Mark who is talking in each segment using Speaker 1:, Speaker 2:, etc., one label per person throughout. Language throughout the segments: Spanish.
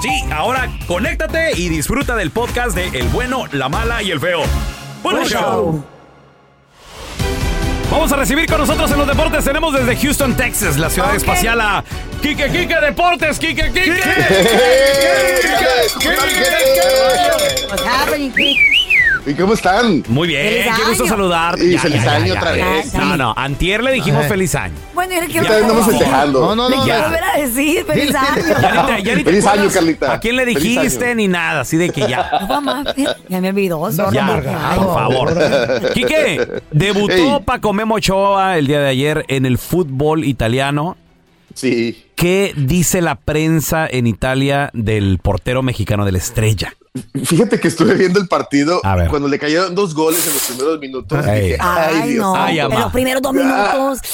Speaker 1: Sí, ahora conéctate y disfruta del podcast de El bueno, la mala y el feo. Buen
Speaker 2: Buen
Speaker 1: show.
Speaker 2: show.
Speaker 1: Vamos a recibir con nosotros en los deportes. Tenemos desde Houston, Texas, la ciudad espacial a Kike Kike Deportes, Kike Kike.
Speaker 3: What's happening, Kik?
Speaker 4: ¿Y cómo están?
Speaker 1: Muy bien,
Speaker 3: Feliz
Speaker 1: qué gusto
Speaker 3: año.
Speaker 1: saludarte.
Speaker 4: Y
Speaker 1: Ya,
Speaker 4: feliz
Speaker 1: ya, ya,
Speaker 4: año
Speaker 1: ya,
Speaker 4: otra
Speaker 1: ya.
Speaker 4: vez.
Speaker 1: No, no, antier le dijimos
Speaker 2: Ay.
Speaker 1: feliz año.
Speaker 3: Bueno, yo le quiero
Speaker 4: Ustedes andamos
Speaker 3: volver a-
Speaker 4: festejando.
Speaker 2: No, no,
Speaker 3: Le
Speaker 2: no.
Speaker 3: quiero
Speaker 1: Ya.
Speaker 3: volver a decir feliz
Speaker 2: Dile.
Speaker 1: Ya
Speaker 3: año.
Speaker 1: ni te- ya ni te
Speaker 4: Feliz año,
Speaker 1: acuerdas
Speaker 4: Carlita.
Speaker 1: ¿A quién le
Speaker 4: Feliz
Speaker 1: dijiste
Speaker 4: año.
Speaker 1: ni nada? Así de que ya.
Speaker 3: No, mamá, ya me olvidó. sorry.
Speaker 1: Ya,
Speaker 2: amargado.
Speaker 1: por favor. Quique, debutó
Speaker 4: Ey.
Speaker 1: Paco Memo Ochoa el día de ayer en el fútbol italiano.
Speaker 4: Sí.
Speaker 1: ¿Qué dice la prensa en Italia del portero mexicano de la estrella?
Speaker 4: Fíjate que estuve viendo el partido
Speaker 1: A ver.
Speaker 4: cuando le cayeron dos goles en los primeros minutos.
Speaker 1: Ey.
Speaker 4: dije,
Speaker 3: Ay, no.
Speaker 1: Ay,
Speaker 3: en
Speaker 1: amá.
Speaker 3: los primeros dos
Speaker 4: Ah,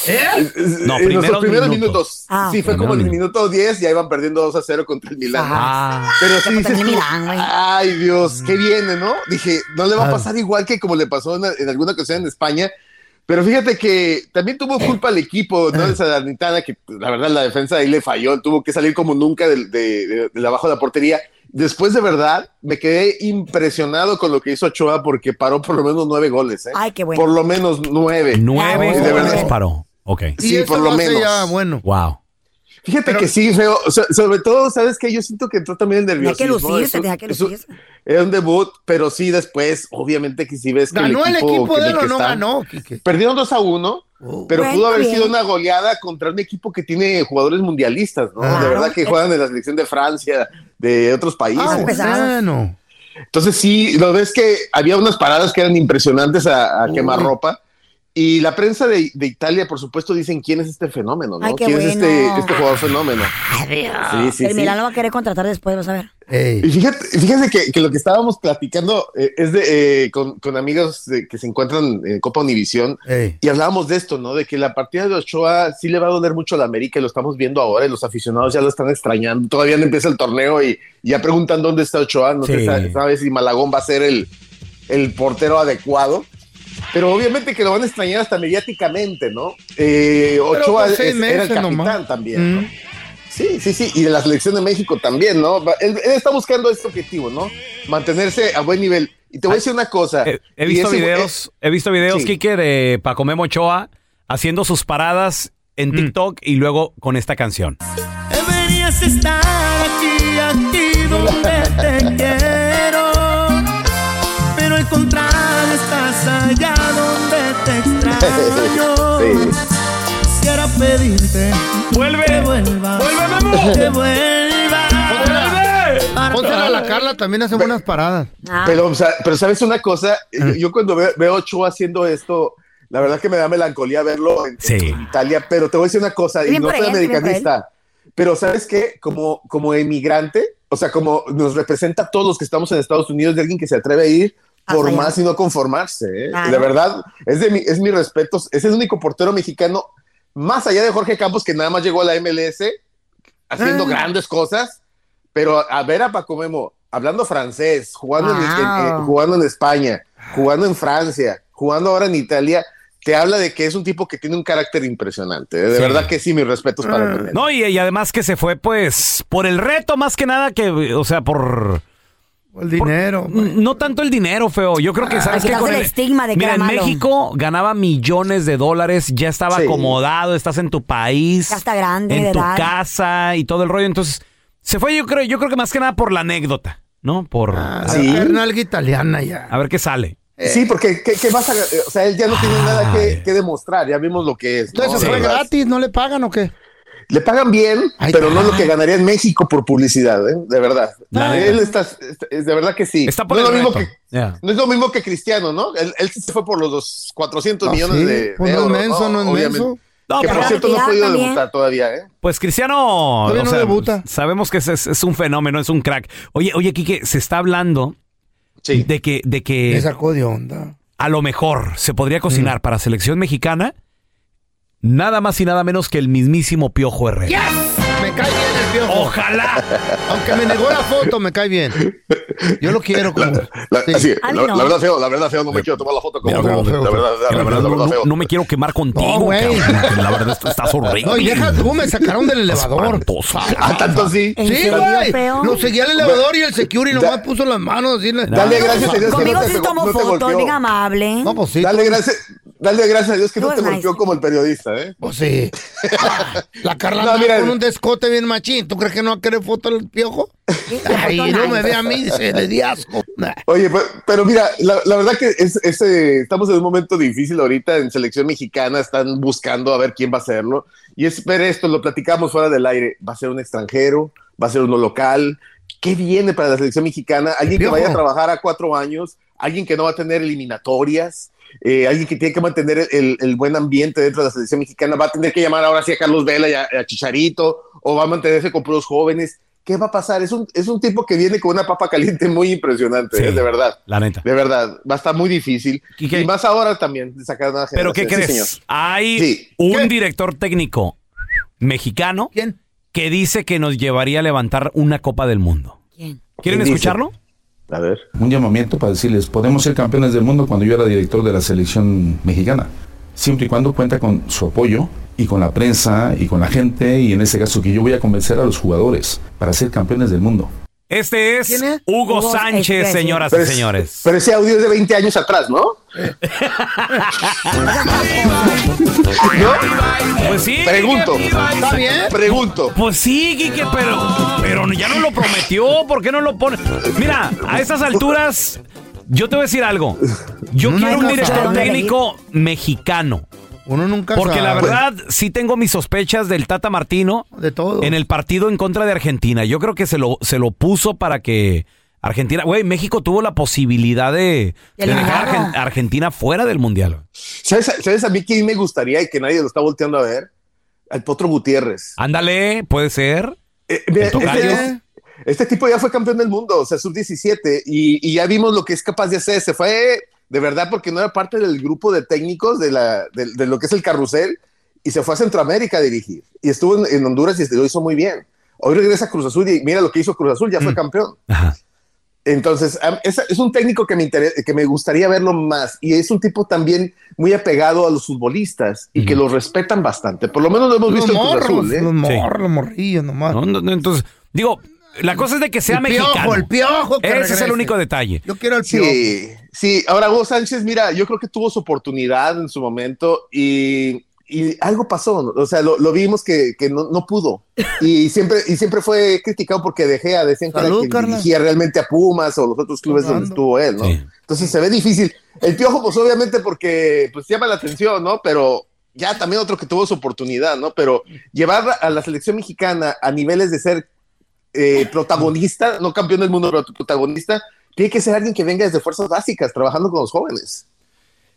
Speaker 4: eh,
Speaker 3: minutos.
Speaker 1: No,
Speaker 4: en
Speaker 1: primeros
Speaker 4: los primeros
Speaker 1: minutos.
Speaker 4: minutos.
Speaker 3: Ah,
Speaker 4: sí, fue
Speaker 1: primeros
Speaker 4: como en el
Speaker 1: minutos.
Speaker 4: minuto 10 y ahí van perdiendo 2 a 0 contra el Milán.
Speaker 3: Ajá.
Speaker 1: Ah,
Speaker 4: Pero sí dices
Speaker 3: el
Speaker 4: tú,
Speaker 3: Milán, güey.
Speaker 4: ay Dios, qué viene, ¿no? Dije, no le va
Speaker 2: Ah.
Speaker 4: a pasar igual que como le pasó en, en alguna ocasión en España. Pero fíjate que también tuvo culpa el equipo, ¿no? De Salernitana, que pues, la verdad la defensa ahí le falló, tuvo que salir como nunca del de, de- del abajo de la portería. Después de verdad, me quedé impresionado con lo que hizo Ochoa porque paró por lo menos nueve goles, ¿eh?
Speaker 3: Ay, qué bueno.
Speaker 4: Por lo menos nueve.
Speaker 1: nueve
Speaker 4: Ah, Sí, de verdad.
Speaker 1: goles paró. Ok.
Speaker 4: Sí,
Speaker 2: Y eso
Speaker 4: por lo
Speaker 2: hace
Speaker 4: menos.
Speaker 2: ya bueno.
Speaker 1: Wow.
Speaker 4: Fíjate
Speaker 2: Pero-
Speaker 4: que sí, feo. So- sobre todo, ¿sabes qué? Yo siento que entró también el
Speaker 3: Tenía
Speaker 4: nerviosismo.
Speaker 3: que
Speaker 4: Es
Speaker 3: lucirse,
Speaker 4: un-
Speaker 3: tenía que
Speaker 4: es un-
Speaker 3: lucirse.
Speaker 4: Era un debut, pero sí después, obviamente que si ves que
Speaker 2: ¿Ganó el Oh, equipo
Speaker 4: que-
Speaker 2: de él
Speaker 4: que
Speaker 2: o no
Speaker 4: están-
Speaker 2: ganó, Quique?
Speaker 4: Perdieron 2 a 1, pero
Speaker 3: Bueno,
Speaker 4: pudo haber
Speaker 3: bien.
Speaker 4: sido una goleada contra un equipo que tiene jugadores mundialistas, ¿no?
Speaker 2: Ah.
Speaker 4: de verdad que
Speaker 3: Claro.
Speaker 4: juegan en la selección de Francia, de otros países.
Speaker 2: Ah,
Speaker 3: pesados.
Speaker 2: bueno.
Speaker 4: Entonces sí, lo ves que había unas paradas que eran impresionantes a, a quemarropa. Y la prensa de, de Italia, por supuesto, dicen quién es este fenómeno, ¿no?
Speaker 3: Ay, qué
Speaker 4: ¿Quién es este,
Speaker 3: bueno.
Speaker 4: este jugador fenómeno? Sí, sí,
Speaker 3: el
Speaker 4: sí.
Speaker 3: Milán lo va a querer contratar después, vas a ver.
Speaker 4: Y
Speaker 2: Ey.
Speaker 4: fíjate, fíjate que, que lo que estábamos platicando eh, es de eh, con, con amigos eh, que se encuentran en Copa Univisión
Speaker 2: Ey.
Speaker 4: y hablábamos de esto, ¿no? De que la partida de Ochoa sí le va a doler mucho a la América y lo estamos viendo ahora y los aficionados ya lo están extrañando. Todavía no empieza el torneo y, y ya preguntan dónde está Ochoa. No
Speaker 1: Sí.
Speaker 4: se sa- sabe si Malagón va a ser el, el portero adecuado. Pero obviamente que lo van a extrañar hasta mediáticamente, ¿no? Eh, Ochoa
Speaker 2: por pues, seis
Speaker 4: es- era el
Speaker 2: meses
Speaker 4: capitán
Speaker 2: nomás.
Speaker 4: también, ¿no?
Speaker 2: Mm.
Speaker 4: Sí, sí, sí, y de la selección de México también, ¿no? Va- Él, él está buscando este objetivo, ¿no? Mantenerse a buen nivel. Y te voy a decir una cosa.
Speaker 1: Ah, He, Eh, he
Speaker 4: y
Speaker 1: visto
Speaker 4: ese-
Speaker 1: videos, he visto videos,
Speaker 4: sí.
Speaker 1: Quique, de Paco Memo Ochoa haciendo sus paradas en TikTok y luego con esta canción.
Speaker 5: Deberías estar aquí, aquí donde te quiero. Pero al contrario, estás allá donde te extraño.
Speaker 4: Sí.
Speaker 5: Quisiera pedirte que
Speaker 1: ¡Vuelve!
Speaker 5: vuelvas.
Speaker 1: ¡Vuelve, Memo!
Speaker 5: Que vuelvas.
Speaker 1: ¡Vuelve!
Speaker 5: para
Speaker 2: Pónsela a la Carla, también hace buenas paradas.
Speaker 3: Ah,
Speaker 4: Pero, o sea, pero sabes una cosa, yo, yo cuando veo, veo a Ochoa haciendo esto, la verdad que me da melancolía verlo en,
Speaker 1: Sí.
Speaker 4: en Italia, pero te voy a decir una cosa, y
Speaker 3: Bien
Speaker 4: no
Speaker 3: por
Speaker 4: soy
Speaker 3: él, bien por él.
Speaker 4: americanista, pero sabes que como, como emigrante, o sea, como nos representa a todos los que estamos en Estados Unidos, de alguien que se atreve a ir
Speaker 3: Hasta
Speaker 4: por
Speaker 3: allá.
Speaker 4: más y no conformarse. ¿eh?
Speaker 3: Claro.
Speaker 4: La verdad, es, de mi, es mi respeto, es el único portero mexicano, más allá de Jorge Campos, que nada más llegó a la MLS haciendo
Speaker 2: Ah.
Speaker 4: grandes cosas, pero a- a ver a Paco Memo, hablando francés, jugando, en, en-
Speaker 3: Wow.
Speaker 4: en- jugando en España, jugando en Francia, jugando ahora en Italia, te habla de que es un tipo que tiene un carácter impresionante. eh, De
Speaker 1: Sí.
Speaker 4: verdad que sí, Mm. mis respetos para él.
Speaker 1: No, y, y además que se fue, pues, por el reto más que nada que, o sea, por...
Speaker 2: El dinero.
Speaker 1: N- No tanto el dinero, feo. Yo creo que sabes que
Speaker 3: quitarse
Speaker 1: con
Speaker 3: el estigma de que
Speaker 1: Mira,
Speaker 3: era
Speaker 1: en
Speaker 3: malo.
Speaker 1: México ganaba millones de dólares, ya estaba
Speaker 4: Sí.
Speaker 1: acomodado, estás en tu país,
Speaker 3: Ya está grande,
Speaker 1: en
Speaker 3: de
Speaker 1: tu
Speaker 3: edad.
Speaker 1: casa y todo el rollo. Entonces, se fue yo creo, yo creo que más que nada por la anécdota, ¿no? Por
Speaker 2: Ah,
Speaker 1: a,
Speaker 4: sí.
Speaker 2: la carnalga italiana ya.
Speaker 1: a ver qué sale.
Speaker 4: Sí, porque ¿qué, qué vas a, o sea, él ya no tiene nada que, que demostrar, ya vimos lo que es. ¿no?
Speaker 2: Entonces
Speaker 4: De
Speaker 2: fue
Speaker 4: verdad.
Speaker 2: gratis, ¿no le pagan o qué?
Speaker 4: Le pagan bien,
Speaker 2: Ahí
Speaker 4: pero
Speaker 2: está.
Speaker 4: no lo que ganaría en México por publicidad, ¿eh? de verdad.
Speaker 1: La neta.
Speaker 4: él está, es de verdad que sí.
Speaker 1: Está por
Speaker 4: no, es
Speaker 1: el
Speaker 4: lo mismo
Speaker 1: reto.
Speaker 4: que,
Speaker 1: Ya.
Speaker 4: no es lo mismo que Cristiano, ¿no? Él, él sí se fue por los dos- 400
Speaker 2: Ah,
Speaker 4: millones
Speaker 2: sí,
Speaker 4: de,
Speaker 2: pues
Speaker 4: de
Speaker 2: no es
Speaker 4: euros,
Speaker 2: menso, no es
Speaker 4: Obviamente.
Speaker 2: menso.
Speaker 1: No,
Speaker 4: que
Speaker 1: pero-
Speaker 4: por cierto no ha
Speaker 3: Retirar
Speaker 4: podido
Speaker 3: también.
Speaker 4: debutar todavía, ¿eh?
Speaker 1: Pues Cristiano,
Speaker 2: Todavía no debuta.
Speaker 1: sabemos que es, es- es un fenómeno, es un crack. Oye, oye, Quique, se está hablando
Speaker 4: Sí.
Speaker 1: de que, de
Speaker 2: Me
Speaker 1: que
Speaker 2: sacó de onda.
Speaker 1: a lo mejor se podría
Speaker 2: Mm.
Speaker 1: cocinar para selección mexicana nada más y nada menos que el mismísimo Piojo Herrera.
Speaker 2: Me cae bien el
Speaker 4: Oh.
Speaker 2: piojo.
Speaker 1: Ojalá.
Speaker 2: Aunque me negó la foto, me cae bien. Yo lo quiero como.
Speaker 4: La,
Speaker 2: Sí.
Speaker 4: así,
Speaker 3: A mí
Speaker 4: la-
Speaker 3: no.
Speaker 4: la verdad feo, la verdad feo, no me quiero tomar la foto con
Speaker 1: Mira,
Speaker 4: la,
Speaker 1: feo,
Speaker 4: verdad,
Speaker 2: feo,
Speaker 4: la
Speaker 2: feo.
Speaker 4: verdad, la
Speaker 1: La
Speaker 4: verdad,
Speaker 1: verdad,
Speaker 4: la
Speaker 1: no,
Speaker 4: verdad
Speaker 1: no-
Speaker 4: feo.
Speaker 1: no me quiero quemar
Speaker 2: No,
Speaker 1: contigo,
Speaker 2: güey.
Speaker 1: cabrón. La verdad, esto estás horrible.
Speaker 2: No, y deja tú, me sacaron del elevador.
Speaker 1: Espantoso.
Speaker 4: Ah, tanto así.
Speaker 3: ¿En
Speaker 2: Sí,
Speaker 3: serio,
Speaker 2: güey.
Speaker 3: feo?
Speaker 2: Lo seguía al elevador y el security nomás puso las manos así. en la-
Speaker 4: Dale eh, gracias a Dios que
Speaker 3: Conmigo
Speaker 4: no te,
Speaker 3: sí
Speaker 4: no
Speaker 3: tomó
Speaker 4: te
Speaker 3: fotos,
Speaker 4: golpeó.
Speaker 3: bien amable.
Speaker 2: No, pues sí.
Speaker 4: Dale gracias, dale gracias a Dios que
Speaker 3: Tú
Speaker 4: no te
Speaker 3: eres
Speaker 4: golpeó
Speaker 3: nice.
Speaker 4: como el periodista, ¿eh?
Speaker 2: Pues sí. Ah, La Carla
Speaker 4: No,
Speaker 2: anda
Speaker 4: mira.
Speaker 2: con un descote bien machín. ¿Tú crees que no va a querer foto al piojo?
Speaker 3: Sí,
Speaker 2: Ay,
Speaker 3: foto
Speaker 2: no
Speaker 3: nice.
Speaker 2: me ve a mí, dice, le di asco. Nah.
Speaker 4: Oye, pe- pero, mira, la, la verdad que es, es, eh, estamos en un momento difícil ahorita en selección mexicana, están buscando a ver quién va a hacerlo. Y es ver esto, lo platicamos fuera del aire, va a ser un extranjero, va a ser uno local. ¿Qué viene para la selección mexicana? Alguien que
Speaker 2: Piojo.
Speaker 4: vaya a trabajar a cuatro años, alguien que no va a tener eliminatorias, eh, alguien que tiene que mantener el- el, el buen ambiente dentro de la selección mexicana, va a tener que llamar ahora sí a Carlos Vela y a, a Chicharito, o va a mantenerse con puros jóvenes. ¿Qué va a pasar? Es un, es un tipo que viene con una papa caliente muy impresionante,
Speaker 1: Sí.
Speaker 4: ¿eh? de verdad.
Speaker 1: La neta.
Speaker 4: De verdad, va a estar muy difícil.
Speaker 1: ¿Y
Speaker 4: ¿Y,
Speaker 1: qué?
Speaker 4: más ahora también, de sacar una
Speaker 1: ¿Pero qué
Speaker 4: generación. Sí,
Speaker 1: crees?
Speaker 4: señor.
Speaker 1: Hay
Speaker 4: Sí.
Speaker 1: un
Speaker 2: ¿Qué?
Speaker 1: director técnico mexicano
Speaker 2: ¿Quién?
Speaker 1: que dice que nos llevaría a levantar una Copa del Mundo.
Speaker 3: ¿Quién?
Speaker 1: ¿Quieren
Speaker 4: ¿Quién dice?
Speaker 1: escucharlo?
Speaker 4: A ver.
Speaker 6: un llamamiento para decirles, podemos ser campeones del mundo cuando yo era director de la selección mexicana, siempre y cuando cuenta con su apoyo y con la prensa y con la gente y en ese caso que yo voy a convencer a los jugadores para ser campeones del mundo.
Speaker 1: Este es,
Speaker 2: ¿Quién es?
Speaker 1: Hugo
Speaker 3: Hugo
Speaker 1: Sánchez,
Speaker 3: Sánchez.
Speaker 1: señoras y
Speaker 4: Pero es-
Speaker 1: señores.
Speaker 4: Pero ese audio es de 20 años atrás, ¿no? ¿No?
Speaker 1: Pues sí.
Speaker 4: Pregunto.
Speaker 2: ¿Está bien?
Speaker 4: Pregunto.
Speaker 1: Pues sí, Quique, pero, pero ya no lo prometió. ¿Por qué no lo pone? Mira, a estas alturas, yo te voy a decir algo. Yo
Speaker 2: No,
Speaker 1: quiero
Speaker 2: no,
Speaker 1: un
Speaker 2: no,
Speaker 1: director
Speaker 3: no, no.
Speaker 1: técnico mexicano.
Speaker 2: Uno nunca
Speaker 1: Porque la
Speaker 2: sabe.
Speaker 1: verdad, sí tengo mis sospechas del Tata Martino
Speaker 2: Pues, De todo.
Speaker 1: en el partido en contra de Argentina. Yo creo que se lo, se lo puso para que Argentina. Güey, México tuvo la posibilidad de, de dejar
Speaker 3: De
Speaker 1: a
Speaker 3: eliminarlo.
Speaker 1: Argen- a Argentina fuera del mundial.
Speaker 4: ¿Sabes, sabes a mí quién me gustaría y que nadie lo está volteando a ver? Al Potro Gutiérrez.
Speaker 1: Ándale, puede ser.
Speaker 4: Eh, mira,
Speaker 1: ¿El Tocayo?
Speaker 4: este, es- este tipo ya fue campeón del mundo, o sea, sub-17, y, y ya vimos lo que es capaz de hacer. Se fue de verdad porque no era parte del grupo de técnicos de, la, de, de lo que es el carrusel y se fue a Centroamérica a dirigir. Y estuvo en, en Honduras y lo hizo muy bien. Hoy regresa a Cruz Azul y mira lo que hizo Cruz Azul,
Speaker 1: Mm.
Speaker 4: ya fue campeón.
Speaker 1: Ajá.
Speaker 4: Entonces, am- es, es un técnico que me, interesa, que me gustaría verlo más y es un tipo también muy apegado a los futbolistas y que los respetan bastante. Por lo menos lo hemos
Speaker 2: Los
Speaker 4: visto en Cruz
Speaker 2: morros,
Speaker 4: Azul. ¿eh?
Speaker 2: los morros,
Speaker 1: Sí.
Speaker 2: los morrillos nomás.
Speaker 1: No, no, no, entonces, digo, la cosa es de que sea
Speaker 2: Ah. el
Speaker 1: mexicano.
Speaker 2: piojo, el piojo. que
Speaker 1: Ese es el
Speaker 2: regrese.
Speaker 1: único detalle.
Speaker 2: Yo quiero el piojo.
Speaker 4: Sí, sí. Ahora Hugo Sánchez, mira, yo creo que tuvo su oportunidad en su momento y, y algo pasó. ¿no? O sea, lo, lo vimos que, que no, no pudo. Y siempre, y siempre fue criticado porque dejé a decían que, era
Speaker 2: Salud,
Speaker 4: quien
Speaker 2: Carla.
Speaker 4: dirigía realmente a Pumas o los otros clubes donde
Speaker 2: Fernando.
Speaker 4: estuvo él, ¿no?
Speaker 1: Sí.
Speaker 4: Entonces se ve difícil. El piojo, pues obviamente porque pues llama la atención, ¿no? Pero ya también otro que tuvo su oportunidad, ¿no? Pero llevar a la selección mexicana a niveles de ser eh, protagonista, no campeón del mundo, pero protagonista, tiene que ser alguien que venga desde fuerzas básicas, trabajando con los jóvenes.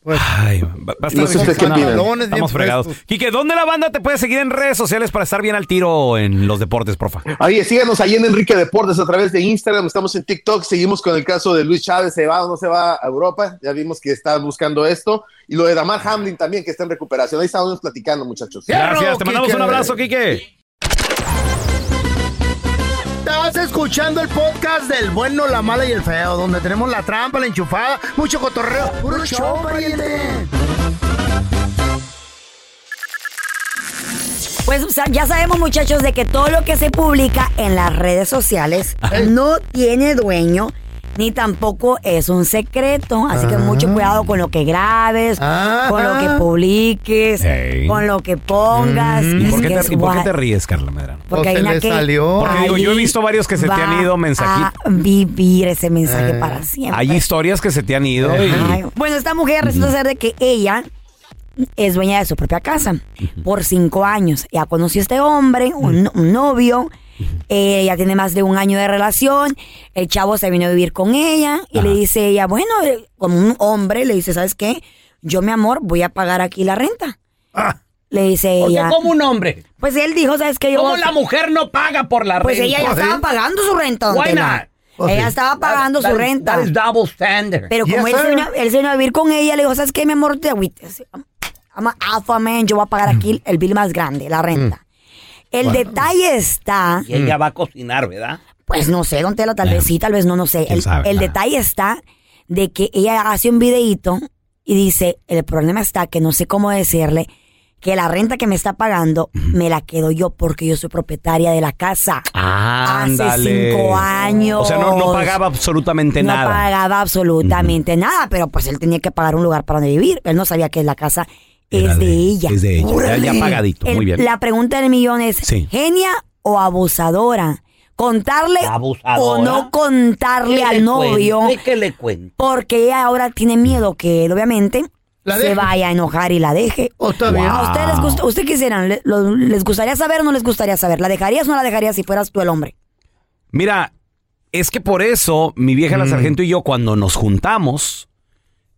Speaker 2: Pues,
Speaker 1: Ay, va- va a estar
Speaker 4: No sé
Speaker 1: difícil.
Speaker 4: ustedes qué opinan.
Speaker 2: Pantalones bien
Speaker 1: Estamos fregados.
Speaker 2: puestos.
Speaker 1: Quique, ¿dónde la banda te puede seguir en redes sociales para estar bien al tiro en los deportes, porfa?
Speaker 4: Oye, síganos ahí en Enrique Deportes a través de Instagram, estamos en TikTok, seguimos con el caso de Luis Chávez, se va o no se va a Europa, ya vimos que está buscando esto, y lo de Damar Hamlin también, que está en recuperación, ahí estábamos platicando muchachos.
Speaker 2: Fierro,
Speaker 1: Gracias, te mandamos
Speaker 2: Quique.
Speaker 1: un abrazo, Quique.
Speaker 2: Estás escuchando el podcast del bueno, la mala y el feo, donde tenemos la trampa, la enchufada, mucho cotorreo. ¡Puro show, pariente!
Speaker 3: Pues o sea, ya sabemos, muchachos, de que todo lo que se publica en las redes sociales no tiene dueño. Ni tampoco es un secreto. Así que
Speaker 1: Ah.
Speaker 3: mucho cuidado con lo que grabes,
Speaker 2: Ah.
Speaker 3: con lo que publiques,
Speaker 1: Ey.
Speaker 3: con lo que pongas.
Speaker 1: ¿Y por qué
Speaker 3: Guess
Speaker 1: te, y por qué
Speaker 3: what?
Speaker 1: te ríes, Carla Medrano?
Speaker 3: Porque
Speaker 2: O
Speaker 3: hay
Speaker 2: se
Speaker 3: una
Speaker 2: le
Speaker 3: que
Speaker 2: salió.
Speaker 1: Porque digo, yo he
Speaker 3: ahí
Speaker 1: visto varios que se te han
Speaker 3: va
Speaker 1: ido mensajitos.
Speaker 3: A vivir ese mensaje
Speaker 2: Eh.
Speaker 3: para siempre.
Speaker 1: Hay historias que se te han ido y...
Speaker 3: Ay, bueno, esta mujer resulta ser de que ella es dueña de su propia casa por cinco años. Ya conoció a este hombre, un, un novio. eh, ella tiene más de un año de relación. El chavo se vino a vivir con ella y le
Speaker 1: Ajá.
Speaker 3: dice ella, bueno,
Speaker 7: Ah.
Speaker 3: eh, como un hombre, le dice, ¿sabes qué? Yo, mi amor, voy a pagar aquí la renta. Le dice
Speaker 7: Porque
Speaker 3: ella.
Speaker 7: como un hombre,
Speaker 3: Pues él dijo, ¿sabes qué? Yo
Speaker 7: como
Speaker 3: voy a-
Speaker 7: la mujer no paga por la
Speaker 3: Pues
Speaker 7: renta.
Speaker 3: ella
Speaker 1: ¿Ah,
Speaker 3: ya estaba pagando su renta, don
Speaker 7: Why
Speaker 3: Tela.
Speaker 7: not?
Speaker 2: Pues
Speaker 3: Ella
Speaker 2: sí.
Speaker 3: estaba pagando
Speaker 7: That-
Speaker 3: su
Speaker 7: that-
Speaker 3: renta.
Speaker 7: that is double standard.
Speaker 3: Pero como
Speaker 2: Yes,
Speaker 3: él, se
Speaker 2: sir.
Speaker 3: vino, a- él se vino a vivir con ella, le dijo, ¿sabes qué, mi amor? Te agüites. I'm an alpha man, yo voy a pagar
Speaker 1: Mm.
Speaker 3: aquí el bill más grande, la renta. El detalle está,
Speaker 7: y
Speaker 1: Mm.
Speaker 7: ella va a cocinar, ¿verdad?
Speaker 3: pues no sé, don Tela, tal
Speaker 1: Bueno,
Speaker 3: vez sí, tal vez no, no sé.
Speaker 1: quién
Speaker 3: El,
Speaker 1: sabe,
Speaker 3: el
Speaker 1: ah.
Speaker 3: detalle está de que ella hace un videíto y dice, el problema está que no sé cómo decirle que la renta que me está pagando me la quedo yo porque yo soy propietaria de la casa.
Speaker 1: Ándale.
Speaker 3: cinco años.
Speaker 1: O sea, no, no pagaba absolutamente
Speaker 3: no
Speaker 1: nada.
Speaker 3: pagaba absolutamente nada, pero pues él tenía que pagar un lugar para donde vivir. Él no sabía que la casa
Speaker 1: Era
Speaker 3: es de
Speaker 1: de-
Speaker 3: ella.
Speaker 1: es de ella. Ya- ya
Speaker 3: Órale.
Speaker 1: pagadito, muy bien.
Speaker 3: La pregunta del millón es,
Speaker 1: Sí.
Speaker 3: ¿genia o abusadora? ¿Contarle
Speaker 7: ¿Abusadora?
Speaker 3: o no contarle
Speaker 7: ¿Qué
Speaker 3: al
Speaker 7: le
Speaker 3: novio?
Speaker 7: cuente? ¿Qué le cuento?
Speaker 3: Porque ella ahora tiene miedo que él, obviamente,
Speaker 2: La
Speaker 3: se
Speaker 2: deje.
Speaker 3: vaya a enojar y la deje.
Speaker 2: Oh, está bien.
Speaker 3: ¿A ustedes les, gusta, usted quisieran, le- lo- ¿les gustaría saber o no les gustaría saber? ¿La dejarías o no la dejarías si fueras tú el hombre?
Speaker 1: Mira, es que por eso mi vieja
Speaker 3: Mm.
Speaker 1: la sargento y yo cuando nos juntamos,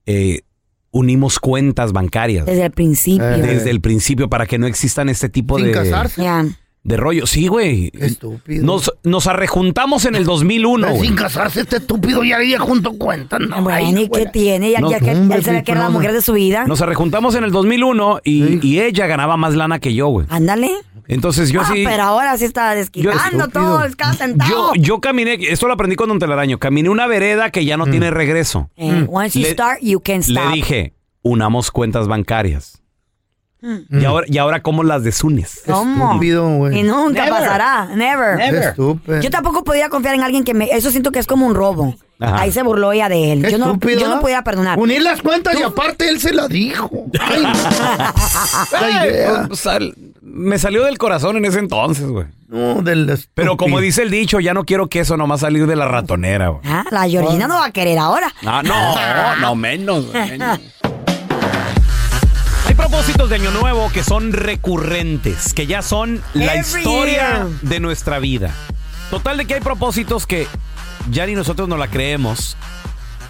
Speaker 1: eh, unimos cuentas bancarias
Speaker 3: Desde el principio.
Speaker 2: Eh,
Speaker 1: desde el principio para que no existan este tipo
Speaker 2: Sin
Speaker 1: de,
Speaker 2: casarse.
Speaker 3: Ya.
Speaker 1: de rollo. Sí, güey.
Speaker 2: Qué estúpido.
Speaker 1: Nos, nos arrejuntamos en el 2001.
Speaker 2: Pero
Speaker 1: güey.
Speaker 2: Sin casarse este estúpido ya había junto cuentas. No,
Speaker 3: Ah,
Speaker 2: Ay,
Speaker 3: Bueno, ¿y qué
Speaker 2: güey.
Speaker 3: tiene? Ya,
Speaker 1: No,
Speaker 3: ya que
Speaker 2: hombre,
Speaker 3: él se ve
Speaker 2: qué
Speaker 3: que era la
Speaker 2: problema.
Speaker 3: mujer de su vida.
Speaker 1: Nos arrejuntamos en el 2001 y,
Speaker 2: Sí.
Speaker 1: y ella ganaba más lana que yo, güey.
Speaker 3: Ándale.
Speaker 1: Entonces yo
Speaker 3: ah,
Speaker 1: sí.
Speaker 3: pero ahora sí está desquitando
Speaker 1: Estúpido.
Speaker 3: todo, es cada
Speaker 1: Yo,
Speaker 3: centavo.
Speaker 1: yo caminé, esto lo aprendí con Don Telaraño, caminé una vereda que
Speaker 2: Mm.
Speaker 1: ya no tiene regreso.
Speaker 3: Eh, once you
Speaker 1: Le-
Speaker 3: start, you can stop.
Speaker 1: Le dije, unamos cuentas bancarias.
Speaker 2: Mm.
Speaker 1: Y, ahora, y ahora, ¿cómo las desunes?
Speaker 3: ¿Cómo?
Speaker 2: Estúpido, güey.
Speaker 3: Y nunca
Speaker 7: Never.
Speaker 3: pasará, never.
Speaker 2: Qué
Speaker 7: Never.
Speaker 2: estúpido.
Speaker 3: Yo tampoco podía confiar en alguien que me... Eso siento que es como un robo.
Speaker 1: Ajá.
Speaker 3: Ahí se burló ella de él.
Speaker 2: Qué
Speaker 3: Yo no,
Speaker 2: estúpido,
Speaker 3: yo no
Speaker 2: ¿eh?
Speaker 3: podía perdonar.
Speaker 2: Unir las cuentas y aparte él se la dijo. Ay, no. La idea.
Speaker 1: Pues, sal- me salió del corazón en ese entonces, güey.
Speaker 2: No, del estúpido.
Speaker 1: Pero como dice el dicho, ya no quiero que eso nomás salir de la ratonera, güey.
Speaker 3: Ah, La Georgina no va a querer ahora.
Speaker 1: Ah, no, no menos. güey, menos. Hay propósitos de Año Nuevo que son recurrentes, que ya son la
Speaker 3: Every
Speaker 1: historia
Speaker 3: year.
Speaker 1: de nuestra vida. Total de que hay propósitos que ya ni nosotros no la creemos.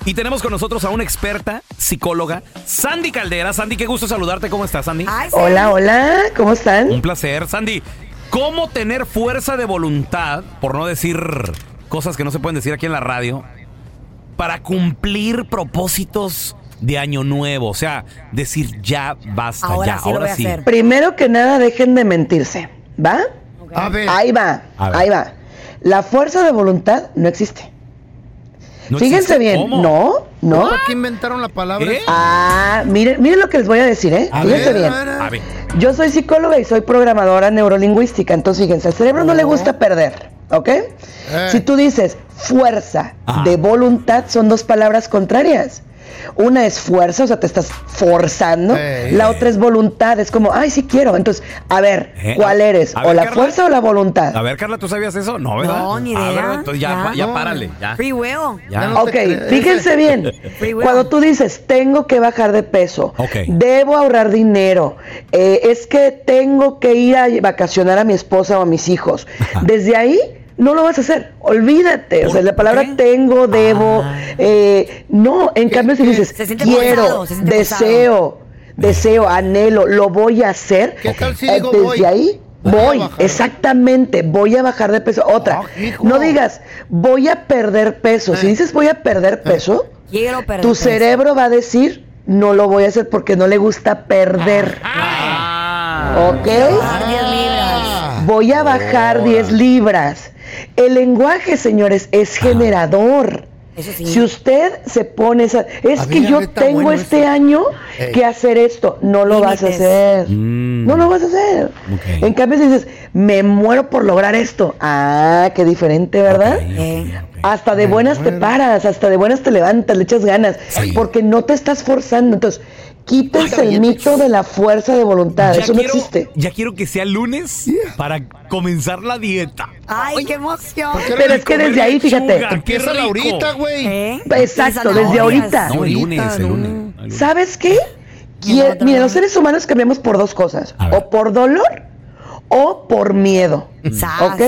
Speaker 1: Y tenemos con nosotros a una experta, psicóloga, Sandy Caldera. Sandy, qué gusto saludarte. ¿Cómo estás, Sandy?
Speaker 3: Ay, sí.
Speaker 8: Hola, hola, ¿cómo están?
Speaker 1: Un placer. Sandy, ¿cómo tener fuerza de voluntad, por no decir cosas que no se pueden decir aquí en la radio, para cumplir propósitos de año nuevo? O sea, decir ya basta,
Speaker 3: Ahora
Speaker 1: ya,
Speaker 3: sí lo voy a hacer.
Speaker 8: Primero que nada, dejen de mentirse, ¿va?
Speaker 2: A ver.
Speaker 8: Ahí va,
Speaker 1: A ver.
Speaker 8: ahí va. La fuerza de voluntad no existe.
Speaker 1: ¿No
Speaker 8: Fíjense
Speaker 1: existe?
Speaker 8: bien,
Speaker 1: ¿Cómo?
Speaker 8: no, no.
Speaker 2: ¿Por qué inventaron la palabra?
Speaker 1: ¿Eh?
Speaker 8: Ah, miren, miren lo que les voy a decir, ¿eh? Fíjense bien.
Speaker 1: A ver,
Speaker 8: Yo soy psicóloga y soy programadora neurolingüística, entonces fíjense, al cerebro no le gusta perder, ¿ok? Si tú dices fuerza
Speaker 1: Ajá.
Speaker 8: de voluntad, son dos palabras contrarias. Una es fuerza, o sea, te estás forzando.
Speaker 2: Ey.
Speaker 8: La otra es voluntad, es como, ay, sí quiero. Entonces, a ver,
Speaker 1: Eh,
Speaker 8: ¿cuál
Speaker 1: a-
Speaker 8: eres?
Speaker 1: a
Speaker 8: ¿O
Speaker 1: ver,
Speaker 8: la
Speaker 1: Carla.
Speaker 8: fuerza o la voluntad?
Speaker 1: a ver, Carla, ¿tú sabías eso? No, ¿verdad?
Speaker 3: No, ni
Speaker 1: A
Speaker 3: idea.
Speaker 1: ver, entonces ya,
Speaker 3: Ya.
Speaker 1: ya párale, ya.
Speaker 3: Free will.
Speaker 1: Ya.
Speaker 2: no te
Speaker 8: Ok,
Speaker 2: creas.
Speaker 8: fíjense bien.
Speaker 3: Free will.
Speaker 8: Cuando tú dices, tengo que bajar de peso,
Speaker 1: Ok.
Speaker 8: debo ahorrar dinero, eh, es que tengo que ir a vacacionar a mi esposa o a mis hijos, desde ahí no lo vas a hacer, olvídate. O sea, la palabra tengo, debo,
Speaker 2: Ah.
Speaker 8: eh, no, en cambio si dices,
Speaker 3: Se siente
Speaker 8: quiero,
Speaker 3: forzado, se siente
Speaker 8: deseo, deseo, anhelo, lo voy a hacer,
Speaker 2: ¿Qué tal si
Speaker 8: eh,
Speaker 2: digo
Speaker 8: desde
Speaker 2: voy?
Speaker 8: ahí
Speaker 2: Voy a
Speaker 8: voy,
Speaker 2: bajar.
Speaker 8: exactamente, voy a bajar de peso. Otra,
Speaker 2: Ah, hijo.
Speaker 8: no digas, voy a perder peso. Si
Speaker 2: Eh.
Speaker 8: dices voy a perder peso,
Speaker 3: Quiero perder.
Speaker 8: tu cerebro va a decir, no lo voy a hacer porque no le gusta perder.
Speaker 2: Ah.
Speaker 8: ¿Ok?
Speaker 3: Bajar 10 libras.
Speaker 8: Voy a bajar 10 libras. El lenguaje, señores, es
Speaker 2: Ah.
Speaker 8: generador.
Speaker 3: Eso sí.
Speaker 8: Si usted se pone esa, es
Speaker 2: A
Speaker 8: que
Speaker 2: ver,
Speaker 8: yo
Speaker 2: está
Speaker 8: tengo
Speaker 2: bueno
Speaker 8: este
Speaker 2: eso.
Speaker 8: año
Speaker 2: Ey.
Speaker 8: que hacer esto, no lo vas a
Speaker 3: Límites.
Speaker 8: hacer.
Speaker 1: Mm.
Speaker 8: No lo vas a hacer.
Speaker 1: Ok.
Speaker 8: En cambio, si dices, me muero por lograr esto. Ah, qué diferente, ¿verdad?
Speaker 3: Eh,
Speaker 8: Hasta de buenas te paras, hasta de buenas te levantas, le echas ganas, porque no te estás forzando. Entonces, quítense el mito de la fuerza de voluntad,
Speaker 1: Ya
Speaker 8: eso no
Speaker 1: quiero,
Speaker 8: existe.
Speaker 1: ya quiero que sea lunes para comenzar la dieta.
Speaker 3: Ay, qué emoción.
Speaker 2: ¿Por qué no
Speaker 8: Pero
Speaker 2: le
Speaker 8: es que
Speaker 2: comer?
Speaker 8: desde ahí,
Speaker 1: Lechuga,
Speaker 8: fíjate,
Speaker 1: qué
Speaker 2: Empieza la
Speaker 1: rico.
Speaker 2: ahorita, güey.
Speaker 3: ¿Eh?
Speaker 8: Exacto,
Speaker 3: Y
Speaker 8: desde
Speaker 3: zanahorias.
Speaker 8: ahorita.
Speaker 1: No, el
Speaker 2: Ahorita,
Speaker 1: lunes, el
Speaker 2: no.
Speaker 1: lunes. el lunes.
Speaker 8: ¿Sabes qué?
Speaker 3: Y en
Speaker 8: Quie-
Speaker 3: otro
Speaker 8: Mira,
Speaker 3: lado.
Speaker 8: los seres humanos cambiamos por dos cosas,
Speaker 1: A ver.
Speaker 8: o por dolor o por miedo.
Speaker 3: Sas.
Speaker 8: ¿Ok?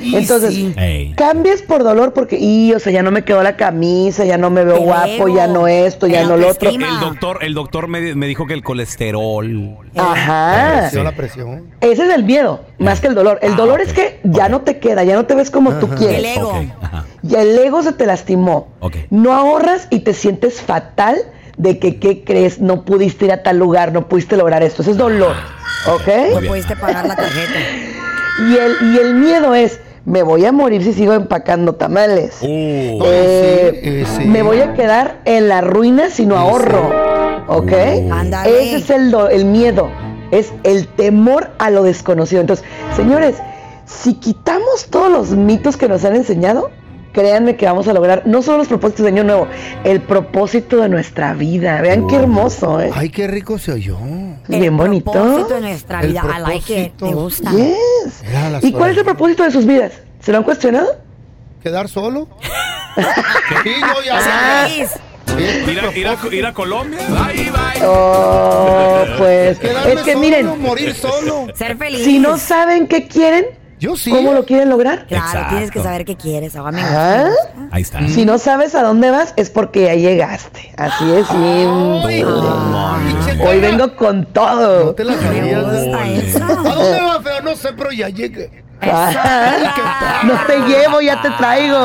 Speaker 8: Entonces,
Speaker 1: Ey.
Speaker 8: cambies por dolor porque, y, o sea, ya no me quedó la camisa, ya no me veo
Speaker 3: Te
Speaker 8: guapo,
Speaker 3: veo.
Speaker 8: ya no esto, ya
Speaker 3: La
Speaker 8: no lo otro.
Speaker 3: autoestima.
Speaker 1: El doctor, el doctor me, me dijo que el colesterol.
Speaker 8: Ajá.
Speaker 2: Dio la presión.
Speaker 8: Ese es el miedo, más que el dolor. El dolor es que ya no te queda, ya no te ves como tú
Speaker 3: El
Speaker 8: quieres.
Speaker 3: ego.
Speaker 1: Ok, ajá.
Speaker 8: Y el ego se te lastimó.
Speaker 1: Ok.
Speaker 8: No ahorras y te sientes fatal de que, ¿qué crees? No pudiste ir a tal lugar, no pudiste lograr esto. Ese es dolor. ¿Ok?
Speaker 3: No pudiste pagar la tarjeta.
Speaker 8: Y el, y el miedo es, me voy a morir si sigo empacando tamales.
Speaker 1: Uh,
Speaker 8: Eh,
Speaker 2: sí, eh, sí.
Speaker 8: Me voy a quedar en la ruina si no ahorro. ¿Ok?
Speaker 2: Mm.
Speaker 3: Ándale.
Speaker 8: Ese es el, do- el miedo. Es el temor a lo desconocido. Entonces, señores, si quitamos todos los mitos que nos han enseñado, créanme que vamos a lograr no solo los propósitos de Año Nuevo, el propósito de nuestra vida. Vean qué hermoso, ¿eh?
Speaker 2: Ay, qué rico se oyó.
Speaker 8: Bien bonito.
Speaker 3: El propósito de nuestra
Speaker 2: El
Speaker 3: vida. I like it.
Speaker 2: propósito.
Speaker 3: ¿Te gusta?
Speaker 8: Yes.
Speaker 2: Era la
Speaker 8: ¿Y cuál es el
Speaker 2: suerte.
Speaker 8: propósito de sus vidas? ¿Se lo han cuestionado?
Speaker 2: ¿Quedar solo? sí, yo ya.
Speaker 3: Feliz.
Speaker 1: ir, a, ir a- ir a Colombia. Ay, bye.
Speaker 8: Oh, pues
Speaker 2: Quedarme
Speaker 8: es que
Speaker 2: solo,
Speaker 8: miren,
Speaker 2: morir solo.
Speaker 3: Ser feliz.
Speaker 8: si no saben qué quieren,
Speaker 2: Yo sí.
Speaker 8: ¿cómo lo quieren lograr?
Speaker 3: Claro,
Speaker 1: Exacto.
Speaker 3: tienes que saber qué quieres. oh, Ahora me gusta,
Speaker 8: Ajá.
Speaker 3: me gusta.
Speaker 1: Ahí está.
Speaker 8: Si no sabes a dónde vas, es porque ya llegaste. Así es. simple. Hoy vengo con todo.
Speaker 2: No te la
Speaker 3: Me
Speaker 2: sabías.
Speaker 3: gusta eso.
Speaker 2: ¿A dónde va, feo? No sé, pero ya llegué.
Speaker 8: Ajá. Ah. No te llevo, ya te traigo.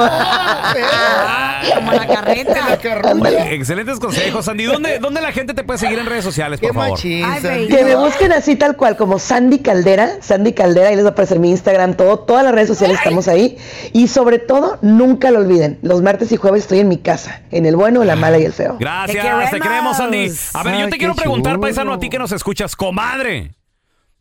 Speaker 3: Como la carreta.
Speaker 2: Carrulla.
Speaker 1: Ah, Excelentes consejos, Sandy. ¿Dónde, ¿Dónde la gente te puede seguir en redes sociales,
Speaker 2: Qué
Speaker 1: por favor?
Speaker 2: machín.
Speaker 3: Ay,
Speaker 2: Sandy.
Speaker 3: baby.
Speaker 8: Que me busquen así tal cual, como Sandy Caldera, Sandy Caldera, ahí les va a aparecer mi Instagram, todo, todas las redes sociales estamos ahí. Y sobre todo, nunca lo olviden, los martes y jueves estoy en mi casa, en el bueno, la mala y el feo.
Speaker 1: Gracias,
Speaker 3: Te queremos.
Speaker 1: te queremos, Sandy. A ver, yo
Speaker 2: Ay,
Speaker 1: te
Speaker 2: qué
Speaker 1: quiero preguntar,
Speaker 2: chulo. Mm.
Speaker 1: paisano, a ti que nos escuchas, comadre.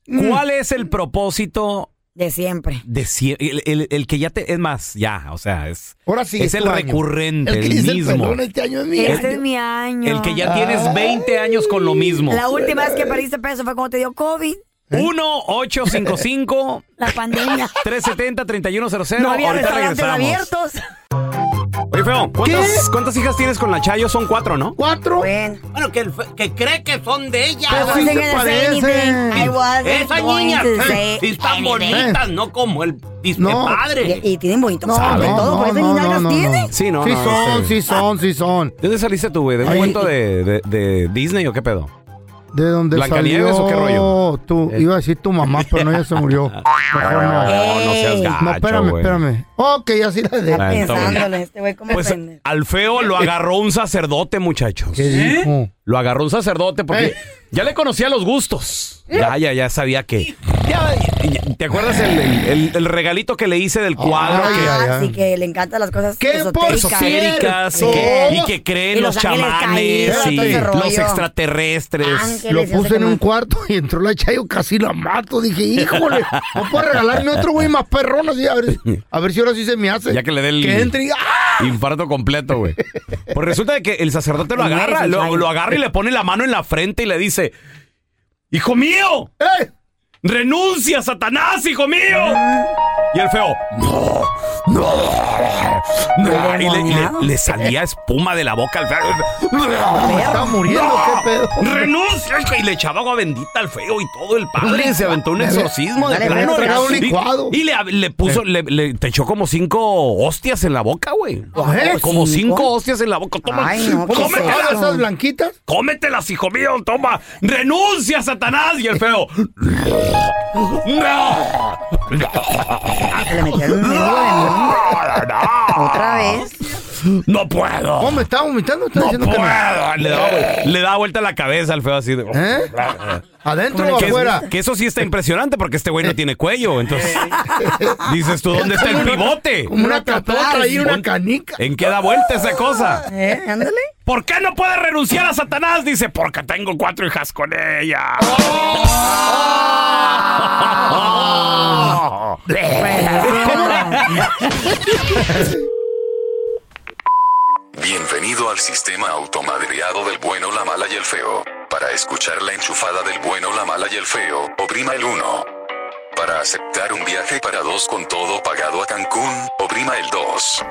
Speaker 1: ¿Cuál es el propósito
Speaker 3: De siempre.
Speaker 1: de sie- el, el- el que ya te es más ya o sea es
Speaker 2: Ahora sí.
Speaker 1: es el
Speaker 2: tu año.
Speaker 1: recurrente el,
Speaker 2: El que dice el
Speaker 1: mismo
Speaker 2: pelón
Speaker 1: el,
Speaker 2: este año es mi año.
Speaker 3: Este es mi año.
Speaker 1: que ya tienes 20 años con lo mismo
Speaker 3: La última vez que perdiste peso fue cuando te dio COVID.
Speaker 1: 1 855
Speaker 3: La pandemia.
Speaker 1: 370 3100
Speaker 3: No había
Speaker 1: ahorita
Speaker 3: restaurantes
Speaker 1: regresamos
Speaker 3: abiertos.
Speaker 1: oye feo ¿cuántas, cuántas hijas tienes con la Chayo? son cuatro ¿no?
Speaker 2: Cuatro.
Speaker 3: Bueno.
Speaker 7: Bueno, que, el fe- que cree que son de ella.
Speaker 3: I
Speaker 2: sí
Speaker 3: wasn't
Speaker 2: se
Speaker 3: gonna say
Speaker 2: parecen.
Speaker 3: anything. I wasn't
Speaker 7: Esas
Speaker 3: going
Speaker 7: niñas
Speaker 3: to
Speaker 7: eh,
Speaker 3: say
Speaker 7: sí están
Speaker 3: anything.
Speaker 7: bonitas,
Speaker 1: Eh.
Speaker 7: no como el disque
Speaker 2: No.
Speaker 7: padre.
Speaker 3: Y, y tienen bonito
Speaker 2: No,
Speaker 3: sobre
Speaker 2: no,
Speaker 3: todo, por
Speaker 2: no,
Speaker 3: eso
Speaker 2: no,
Speaker 3: ni nalgas
Speaker 2: no, no,
Speaker 3: tienen.
Speaker 2: no.
Speaker 1: sí no,
Speaker 2: Sí
Speaker 1: no
Speaker 2: son,
Speaker 1: este-
Speaker 2: sí son, sí son.
Speaker 1: ¿de dónde saliste tú güey? ¿de un
Speaker 2: Ay.
Speaker 1: cuento de, de, de Disney o qué pedo?
Speaker 2: ¿De dónde
Speaker 1: ¿Blancanieves
Speaker 2: salió
Speaker 1: o qué rollo?
Speaker 2: Tú, iba a decir tu mamá, pero no, ella se murió. Mejor no.
Speaker 1: no, no seas
Speaker 3: Ey.
Speaker 1: gacho
Speaker 2: No, espérame,
Speaker 1: Ah, güey.
Speaker 2: espérame. Ok, así la
Speaker 3: Está
Speaker 2: de.
Speaker 1: Ah, está bueno.
Speaker 3: pensándolo, este güey como
Speaker 1: pues
Speaker 3: pendejo.
Speaker 1: al feo lo agarró un sacerdote muchachos
Speaker 2: ¿Qué dijo?
Speaker 1: Lo agarró un sacerdote porque
Speaker 2: Eh.
Speaker 1: ya le conocía los gustos. Ya, ya, ya sabía que. Ya, ya- ¿Te acuerdas el, el- el- el regalito que le hice del cuadro?
Speaker 2: Ay,
Speaker 1: que-
Speaker 2: ay,
Speaker 3: Ah,
Speaker 2: ay.
Speaker 3: sí que le encantan las cosas
Speaker 2: ¡Qué
Speaker 3: esotéricas.
Speaker 2: por
Speaker 1: esotéricas y
Speaker 2: cierto!
Speaker 1: que, y que creen
Speaker 3: Y
Speaker 1: los,
Speaker 3: los ángeles
Speaker 1: chamanes
Speaker 3: caídos,
Speaker 1: y
Speaker 3: todo ese
Speaker 1: los
Speaker 3: rollo.
Speaker 1: extraterrestres.
Speaker 3: Ángeles,
Speaker 2: Lo
Speaker 3: ya sé
Speaker 2: puse
Speaker 3: qué
Speaker 2: en
Speaker 3: más.
Speaker 2: un cuarto y entró la Chayo, casi la mato. Dije, híjole, no puedo regalarme otro güey más perrón así, a ver, a ver si ahora sí se me hace.
Speaker 1: Ya que le dé el-
Speaker 2: Que entre y... ¡Ah!
Speaker 1: Infarto completo, güey. Pues resulta de que el sacerdote lo
Speaker 3: Ay,
Speaker 1: agarra,
Speaker 3: güey,
Speaker 1: lo,
Speaker 3: ay.
Speaker 1: lo agarra y le pone la mano en la frente y le dice: ¡Hijo mío!
Speaker 2: ¡Eh!
Speaker 1: ¡Renuncia, Satanás, hijo mío! Y el feo, no, no, no. Y le, y le- le salía espuma de la boca al
Speaker 2: Me
Speaker 1: feo.
Speaker 2: está muriendo, qué pedo.
Speaker 1: ¡Renuncia! hijo, Y le echaba agua bendita al feo y todo el padre. Se aventó un exorcismo de
Speaker 2: Dale,
Speaker 1: plano.
Speaker 2: me tragaba un
Speaker 1: Y-
Speaker 2: licuado.
Speaker 1: Y, le, le puso, le, le- te echó como cinco hostias en la boca, güey.
Speaker 2: ¿Eh?
Speaker 1: Como cinco hostias en la boca. Toma,
Speaker 3: Ay, no, ¿qué
Speaker 2: ¿Cómo
Speaker 3: es
Speaker 2: me
Speaker 1: cómetela,
Speaker 3: eso?
Speaker 2: quedan esas blanquitas?
Speaker 1: cómetelas, hijo mío, toma, renuncia, Satanás. Y el feo,
Speaker 2: Ah,
Speaker 1: no,
Speaker 3: Se le metieron un dedo de mí. Otra vez.
Speaker 1: no puedo.
Speaker 2: ¿Cómo me está vomitando? Está
Speaker 1: No
Speaker 2: diciendo que no.
Speaker 1: puedo. Ah, Le da, vuel- le da vuelta la cabeza al feo así. de-
Speaker 2: ¿Eh? ¿Adentro o
Speaker 1: Que,
Speaker 2: afuera? Eh.
Speaker 1: que eso sí está impresionante porque este güey no tiene cuello. Entonces, dices tú, ¿dónde está el pivote?
Speaker 2: Como una catota ahí, una
Speaker 1: ¿Dónde-
Speaker 2: canica.
Speaker 1: ¿En qué da vuelta esa cosa?
Speaker 3: ¿Eh? Ándale.
Speaker 1: ¿Por qué no puede renunciar a Satanás? Dice, porque tengo cuatro hijas con ella.
Speaker 9: Bienvenido al sistema automadreado del bueno, la mala y el feo. Para escuchar la enchufada del bueno, la mala y el feo, oprima el 1. Para aceptar un viaje para dos con todo pagado a Cancún, oprima el 2.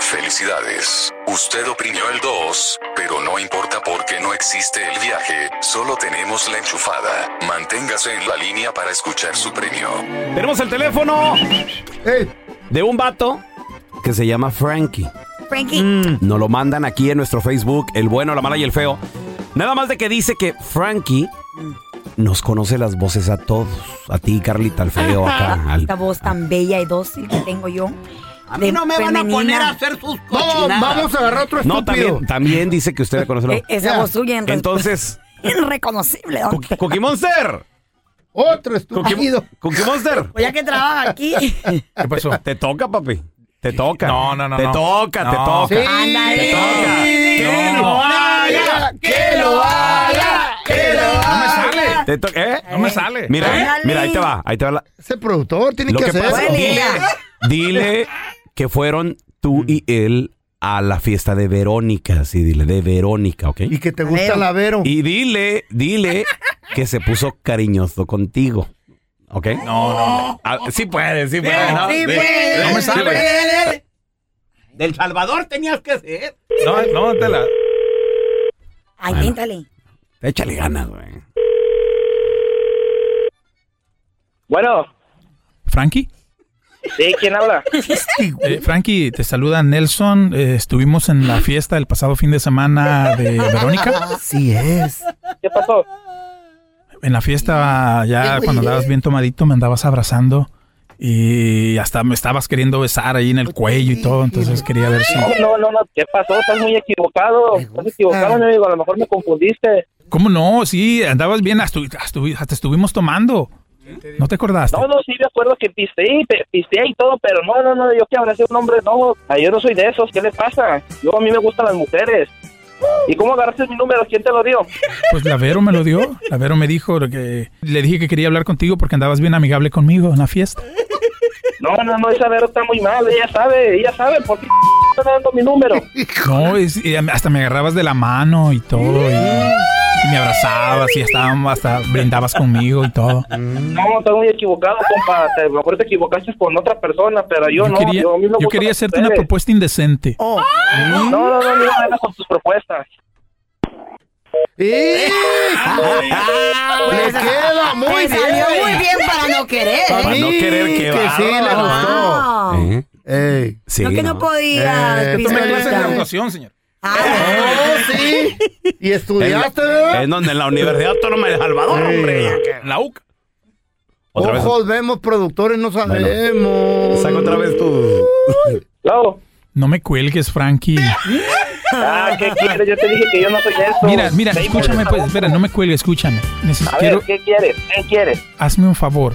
Speaker 9: Felicidades, usted oprimió el 2, pero no importa porque no existe el viaje, solo tenemos la enchufada. Manténgase en la línea para escuchar su premio.
Speaker 1: Tenemos el teléfono
Speaker 2: Eh,
Speaker 1: de un vato que se llama Frankie.
Speaker 3: Frankie. ah,
Speaker 1: Nos lo mandan aquí en nuestro Facebook, El Bueno, la Mala y el Feo. Nada más de que dice que Frankie nos conoce las voces a todos. A ti, Carlita, al Feo, acá, al
Speaker 3: Esta voz tan bella y dócil que tengo yo. A
Speaker 7: mí no me van a poner a hacer sus cochinadas.
Speaker 1: No, también, también dice que usted le conoce la
Speaker 3: E- esa voz suya en-
Speaker 1: Entonces,
Speaker 3: Irreconocible. don Tela.
Speaker 1: Cookie Monster.
Speaker 2: Otro
Speaker 1: Cookie Monster.
Speaker 3: Pues ya que trabaja aquí.
Speaker 1: ¿Qué pasó? Te toca, papi. Te toca. No, no,
Speaker 10: no,
Speaker 1: Te
Speaker 10: no.
Speaker 1: toca, te
Speaker 10: No.
Speaker 1: toca.
Speaker 10: Sí.
Speaker 1: Te toca.
Speaker 10: Que lo haga, que lo haga, que lo haga.
Speaker 1: Te to- ¿eh?
Speaker 10: No me sale.
Speaker 1: Mira,
Speaker 10: Ándale.
Speaker 1: mira, ahí te va, ahí te va la-
Speaker 2: Ese productor tiene
Speaker 1: Lo
Speaker 2: que,
Speaker 1: que
Speaker 2: hacer
Speaker 1: pasa-
Speaker 2: eso.
Speaker 1: Dile- Dile que fueron tú y él a la fiesta de Verónica, sí, dile, de Verónica, ¿ok? Y
Speaker 2: que te gusta la Vero.
Speaker 1: Y dile, dile que se puso cariñoso contigo, ¿ok? No, no. Ah, sí puede, sí puede. ¿no?
Speaker 7: Sí,
Speaker 1: Sí,
Speaker 7: pues.
Speaker 1: sí, sí puede.
Speaker 7: Del Salvador tenías que ser.
Speaker 1: No, no, te la...
Speaker 3: Ay,
Speaker 1: Bueno.
Speaker 3: téntale.
Speaker 1: Échale ganas, güey.
Speaker 11: Bueno.
Speaker 5: ¿Frankie?
Speaker 11: Sí, ¿quién habla?
Speaker 5: Eh, Frankie, te saluda Nelson. Eh, estuvimos en la fiesta el pasado fin de semana de Verónica.
Speaker 2: Sí es.
Speaker 11: ¿Qué pasó?
Speaker 5: En la fiesta, ya cuando andabas bien tomadito, me andabas abrazando. Y hasta me estabas queriendo besar ahí en el cuello y todo. Entonces quería ver si...
Speaker 11: No, no, no, ¿qué pasó? Estás muy equivocado. Estás equivocado, mi amigo. A lo mejor me confundiste.
Speaker 5: ¿Cómo no? Sí, andabas bien. Hasta, hasta- hasta estuvimos tomando. ¿No te acordaste?
Speaker 11: No, no, sí me acuerdo que pisteé, pe- pisteé y todo, pero no, no, no, yo que abracé a un hombre, no, ay, yo no soy de esos, ¿qué le pasa? Yo a mí me gustan las mujeres. ¿Y cómo agarraste mi número? ¿Quién te lo dio?
Speaker 5: Pues la Vero me lo dio. La Vero me dijo que... Le dije que quería hablar contigo porque andabas bien amigable conmigo en la fiesta.
Speaker 11: No, no, no, esa Vero está muy mal, ella sabe, ella sabe, ¿por qué está dando mi número?
Speaker 5: No, es- y hasta me agarrabas de la mano y todo. Y, y me abrazabas y estábamos, hasta brindabas conmigo y todo.
Speaker 11: No, estás muy equivocado, compa, te, a lo mejor te equivocaste con otra persona, pero yo, no,
Speaker 5: quería,
Speaker 11: yo a mí me
Speaker 5: yo
Speaker 11: gustan
Speaker 5: quería
Speaker 11: las
Speaker 5: hacerte una
Speaker 11: mujeres.
Speaker 5: propuesta indecente.
Speaker 3: Oh.
Speaker 11: No, no, no, no, no, no, con tus propuestas.
Speaker 2: Le queda muy
Speaker 3: Ah. Te Pues, salió
Speaker 2: bien.
Speaker 3: muy bien para no querer.
Speaker 2: Para
Speaker 1: Para no
Speaker 2: mí,
Speaker 1: querer que,
Speaker 2: que sí le
Speaker 3: Ah.
Speaker 1: bárbaro, ¿eh? Sí,
Speaker 3: No que no podías,
Speaker 1: Eh,
Speaker 3: Cristian.
Speaker 5: señor.
Speaker 3: Ah,
Speaker 2: Eh, Oh, sí. Y estudiaste,
Speaker 1: En,
Speaker 2: ¿verdad?
Speaker 1: en donde en la Universidad Autónoma de Salvador,
Speaker 2: Sí.
Speaker 1: hombre. La UC. Otra vez.
Speaker 2: Ojos vemos, productores no sabemos.
Speaker 1: Saca otra vez tu.
Speaker 5: No me cuelgues, Frankie.
Speaker 11: Ah, ¿qué quieres? Yo te dije que yo no soy de esos.
Speaker 5: Mira, mira,
Speaker 11: Seis
Speaker 5: escúchame,
Speaker 11: meses,
Speaker 5: pues, espera, no me cuelgues, escúchame. Neces-
Speaker 11: A ver,
Speaker 5: quiero-
Speaker 11: ¿qué quieres? ¿Qué quieres?
Speaker 5: hazme un favor.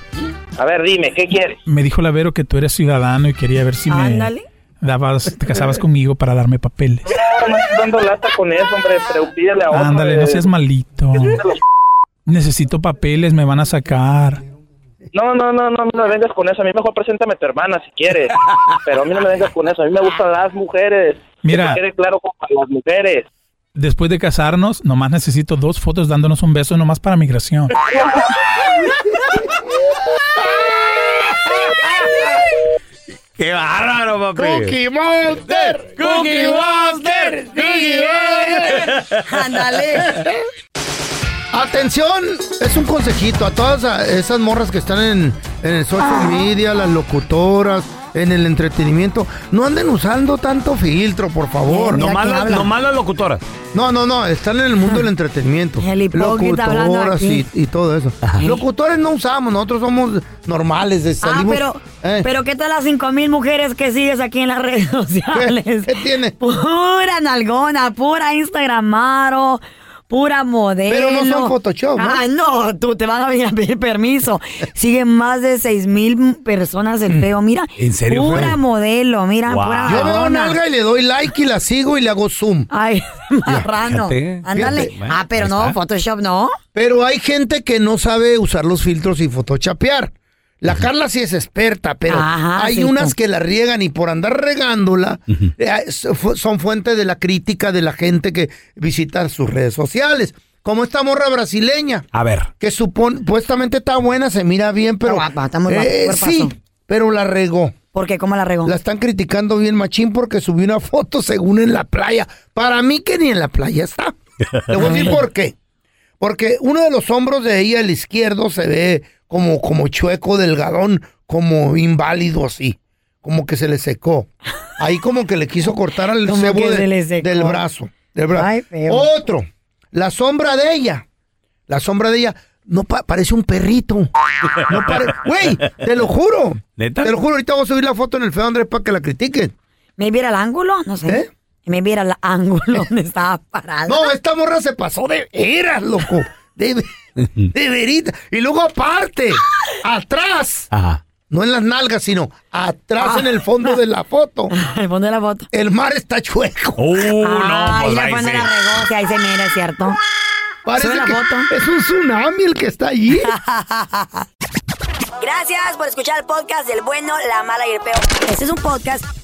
Speaker 11: A ver, dime, ¿qué quieres?
Speaker 5: Me dijo la Vero que tú eres ciudadano y quería ver si me
Speaker 11: Ándale.
Speaker 5: dabas, te casabas conmigo para darme papeles.
Speaker 11: No, no estás dando lata con eso, hombre, pero pídele a otro.
Speaker 5: Ándale, no
Speaker 11: eh.
Speaker 5: seas malito. Necesito papeles, me van a sacar.
Speaker 11: No, no, no, no, no me vengas con eso. A mí mejor preséntame a tu hermana si quieres. Pero a mí no me vengas con eso. A mí me gustan las mujeres.
Speaker 5: Mira.
Speaker 11: Que te quede claro con las mujeres.
Speaker 5: Después de casarnos, nomás necesito dos fotos dándonos un beso nomás para migración.
Speaker 1: ¡Qué bárbaro, papi!
Speaker 10: Cookie
Speaker 2: Monster,
Speaker 10: Cookie Monster, Cookie Monster.
Speaker 2: Ándale. Atención, es un consejito a todas a- esas morras que están en, en el social media, las locutoras, en el entretenimiento. No anden usando tanto filtro, por favor.
Speaker 1: No malas, no malas locutoras.
Speaker 2: No, no, no, están en el mundo del entretenimiento.
Speaker 3: hipócrita hablando
Speaker 2: Locutoras y,
Speaker 3: aquí.
Speaker 2: y todo eso. Locutores no usamos, nosotros somos normales, de-
Speaker 3: Ah,
Speaker 2: salimos. eh.
Speaker 3: pero, pero ¿qué tal las cinco mil mujeres que sigues aquí en las redes sociales? ¿Qué,
Speaker 2: tiene?
Speaker 3: Pura nalgona, pura Instagramaro, pura modelo.
Speaker 2: Pero no son Photoshop, ¿no?
Speaker 3: Ah, no, tú te van a venir a pedir permiso. Siguen más de seis mil personas el feo, mira.
Speaker 2: Mm. ¿En serio,
Speaker 3: Pura
Speaker 2: feo?
Speaker 3: modelo, mira, pura
Speaker 2: Yo veo
Speaker 3: nalgona.
Speaker 2: nalga y le doy like y la sigo y le hago zoom.
Speaker 3: Ay, marrano.
Speaker 2: Fíjate,
Speaker 3: Ándale.
Speaker 2: fíjate. Bueno,
Speaker 3: ah, pero
Speaker 2: ahí
Speaker 3: no,
Speaker 2: está.
Speaker 3: Photoshop no.
Speaker 2: Pero hay gente que no sabe usar los filtros y photoshopear. La Carla sí es experta, pero
Speaker 3: Ajá,
Speaker 2: hay
Speaker 3: sí,
Speaker 2: unas
Speaker 3: tú.
Speaker 2: que la riegan y por andar regándola eh, so- fu- son fuente de la crítica de la gente que visita sus redes sociales. Como esta morra brasileña.
Speaker 1: A ver.
Speaker 2: Que supon- supuestamente está buena, se mira bien, pero...
Speaker 3: Está guapa, está muy guapa,
Speaker 2: Eh,
Speaker 3: cuerpazo.
Speaker 2: sí, pero la regó.
Speaker 3: ¿Por qué? ¿Cómo la regó?
Speaker 2: La están criticando bien machín porque subió una foto según en la playa. Para mí que ni en la playa está. Te voy a decir por qué. Porque uno de los hombros de ella, el izquierdo, se ve como, como chueco, delgadón, como inválido así. como que se le secó. Ahí como que le quiso cortar al
Speaker 3: Como
Speaker 2: cebo
Speaker 3: que
Speaker 2: de-
Speaker 3: se le secó.
Speaker 2: del brazo. Del brazo.
Speaker 3: Ay, feo.
Speaker 2: Otro, la sombra de ella. La sombra de ella no pa- parece un perrito. No pare- Güey, te lo juro.
Speaker 12: ¿Neta?
Speaker 2: Te lo juro, ahorita voy a subir la foto en el feo Andrés para que la critiquen.
Speaker 3: ¿Me viera el ángulo? No sé. ¿Me viera el ángulo donde estaba parada?
Speaker 2: No, esta morra se pasó de veras, loco. De, ve- de verita. Y luego aparte, atrás. No en las nalgas, sino atrás en el fondo de la foto.
Speaker 3: El fondo de la foto.
Speaker 2: El mar está chueco.
Speaker 1: Uh,
Speaker 3: Ah, ahí
Speaker 1: pues
Speaker 3: la pone la regocia, ahí se mira, es cierto.
Speaker 2: Parece
Speaker 3: Sube la
Speaker 2: que
Speaker 3: foto.
Speaker 2: es un tsunami el que está allí.
Speaker 3: Gracias por escuchar el podcast del bueno, la mala y el peor. Este es un podcast